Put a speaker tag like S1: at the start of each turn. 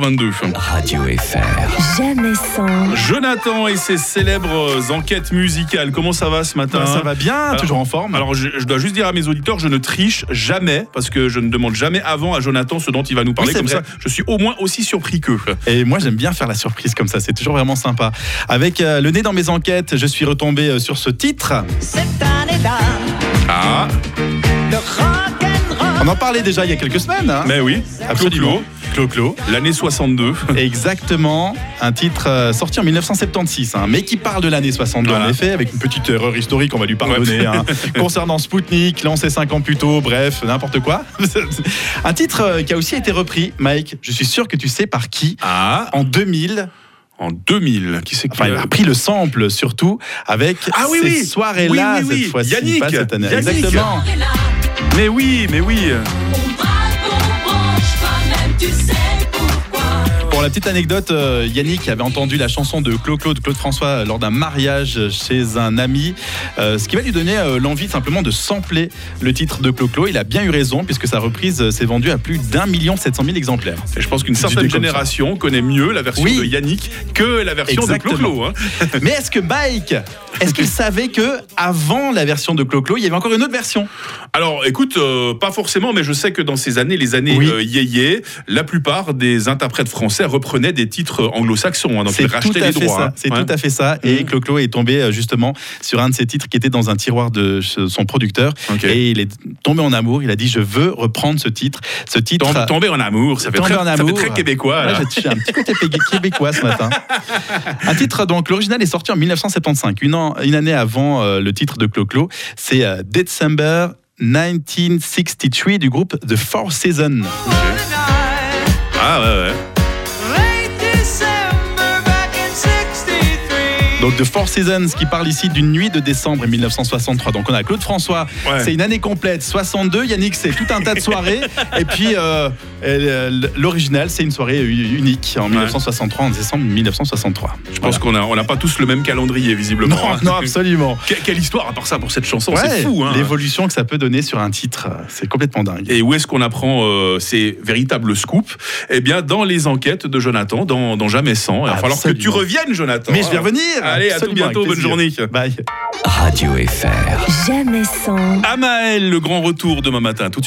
S1: 22.
S2: Radio FR.
S3: Jamais sans,
S1: Jonathan et ses célèbres enquêtes musicales. Comment ça va ce matin
S4: Ben, ça va bien, toujours en forme.
S1: Hein. Alors je, je dois juste dire à mes auditeurs, je ne triche jamais parce que je ne demande jamais avant à Jonathan ce dont il va nous parler.
S4: Oui, c'est
S1: Comme
S4: vrai.
S1: ça, je suis au moins aussi surpris qu'eux.
S4: et moi j'aime bien faire la surprise comme ça, c'est toujours vraiment sympa. Avec euh, le nez dans mes enquêtes, je suis retombé euh, sur ce titre.
S5: Cette année-là,
S1: Ah,
S5: le rock'n'roll.
S4: On en parlait déjà il y a quelques semaines. hein.
S1: mais oui,
S4: Absolument.
S1: Clo-Clo, l'année 62.
S4: Exactement, un titre euh, sorti en 1976, hein, mais qui parle de l'année 62
S1: Voilà.
S4: en effet, avec une petite erreur historique, on va lui pardonner.
S1: Ouais.
S4: hein. concernant Spoutnik, lancé 5 ans plus tôt, bref, n'importe quoi. un titre euh, qui a aussi été repris, Mike, je suis sûr que tu sais par qui,
S1: Ah,
S4: en 2000,
S1: en 2000, qui c'est qui
S4: Enfin, il a pris le sample surtout avec
S1: Euh, Ah oui,
S4: ces
S1: oui. Oui,
S4: soirées-là
S1: oui, oui.
S4: cette fois-ci,
S1: Yannick.
S4: pas cette année.
S1: Yannick.
S4: Exactement.
S1: Mais oui, mais oui.
S4: Pour la petite anecdote, euh, Yannick avait entendu la chanson de Clo-Clo de Claude François euh, lors d'un mariage chez un ami, euh, ce qui va lui donner euh, l'envie simplement de sampler le titre de Clo-Clo. Il a bien eu raison puisque sa reprise euh, s'est vendue à plus d'un million sept cent mille exemplaires.
S1: Et je pense qu'une
S4: Dis-le
S1: certaine
S4: comme ça.
S1: génération connaît mieux la version
S4: Oui.
S1: de Yannick que la version
S4: Exactement.
S1: de Clo-Clo. hein.
S4: Mais est-ce que Mike, est-ce qu'il savait que avant la version de Clo-Clo, il y avait encore une autre version
S1: Alors, écoute, euh, pas forcément, mais je sais que dans ces années, les années
S4: Oui.
S1: euh, yéyé, la plupart des interprètes français reprenaient des titres anglo-saxons, hein, donc ils
S4: C'est tout
S1: rachetaient
S4: à
S1: les
S4: fait
S1: droits.
S4: ça.
S1: hein.
S4: C'est
S1: Ouais.
S4: tout à fait ça. Et Clo-Clo est tombé euh, justement sur un de ses titres qui était dans un tiroir de ce- son producteur.
S1: Ok.
S4: Et il est tombé en amour. Il a dit Je veux reprendre ce titre. Ce titre.
S1: Tom- Tomber en amour, ça fait,
S4: Tomber
S1: très,
S4: en
S1: ça fait
S4: amour.
S1: très québécois.
S4: Ouais,
S1: là.
S4: j'ai touché un petit côté pé- québécois ce matin. Un titre, donc, l'original est sorti en 1975, une, an- une année avant euh, le titre de Clo-Clo. C'est euh, December 1963 du groupe The Four Seasons.
S1: Ah ouais, ouais.
S4: Donc The Four Seasons qui parle ici d'une nuit de décembre 1963. Donc on a Claude François,
S1: Ouais.
S4: c'est une année complète, 62. Yannick, c'est tout un tas de soirées. et puis euh, elle- l'original, c'est une soirée euh, unique en 1963, en décembre 1963.
S1: Je pense qu'on a- on n'a pas tous le même calendrier, visiblement.
S4: Non,
S1: hein.
S4: non, absolument.
S1: Que- Quelle histoire à part ça pour cette chanson,
S4: Ouais,
S1: c'est fou. Hein.
S4: L'évolution que ça peut donner sur un titre, euh, c'est complètement dingue.
S1: Et où est-ce qu'on apprend euh, ces véritables scoops Eh bien, dans les enquêtes de Jonathan, dans, dans Jamais sans. Il va falloir que
S4: Absolument.
S1: tu reviennes, Jonathan.
S4: Mais je vais revenir.
S1: Allez, à tout
S4: Absolument,
S1: bientôt,
S4: avec
S1: bonne
S4: plaisir.
S1: journée.
S4: Bye.
S2: Radio FR.
S3: jamais sans.
S1: Amael, le grand retour demain matin. Tout de suite.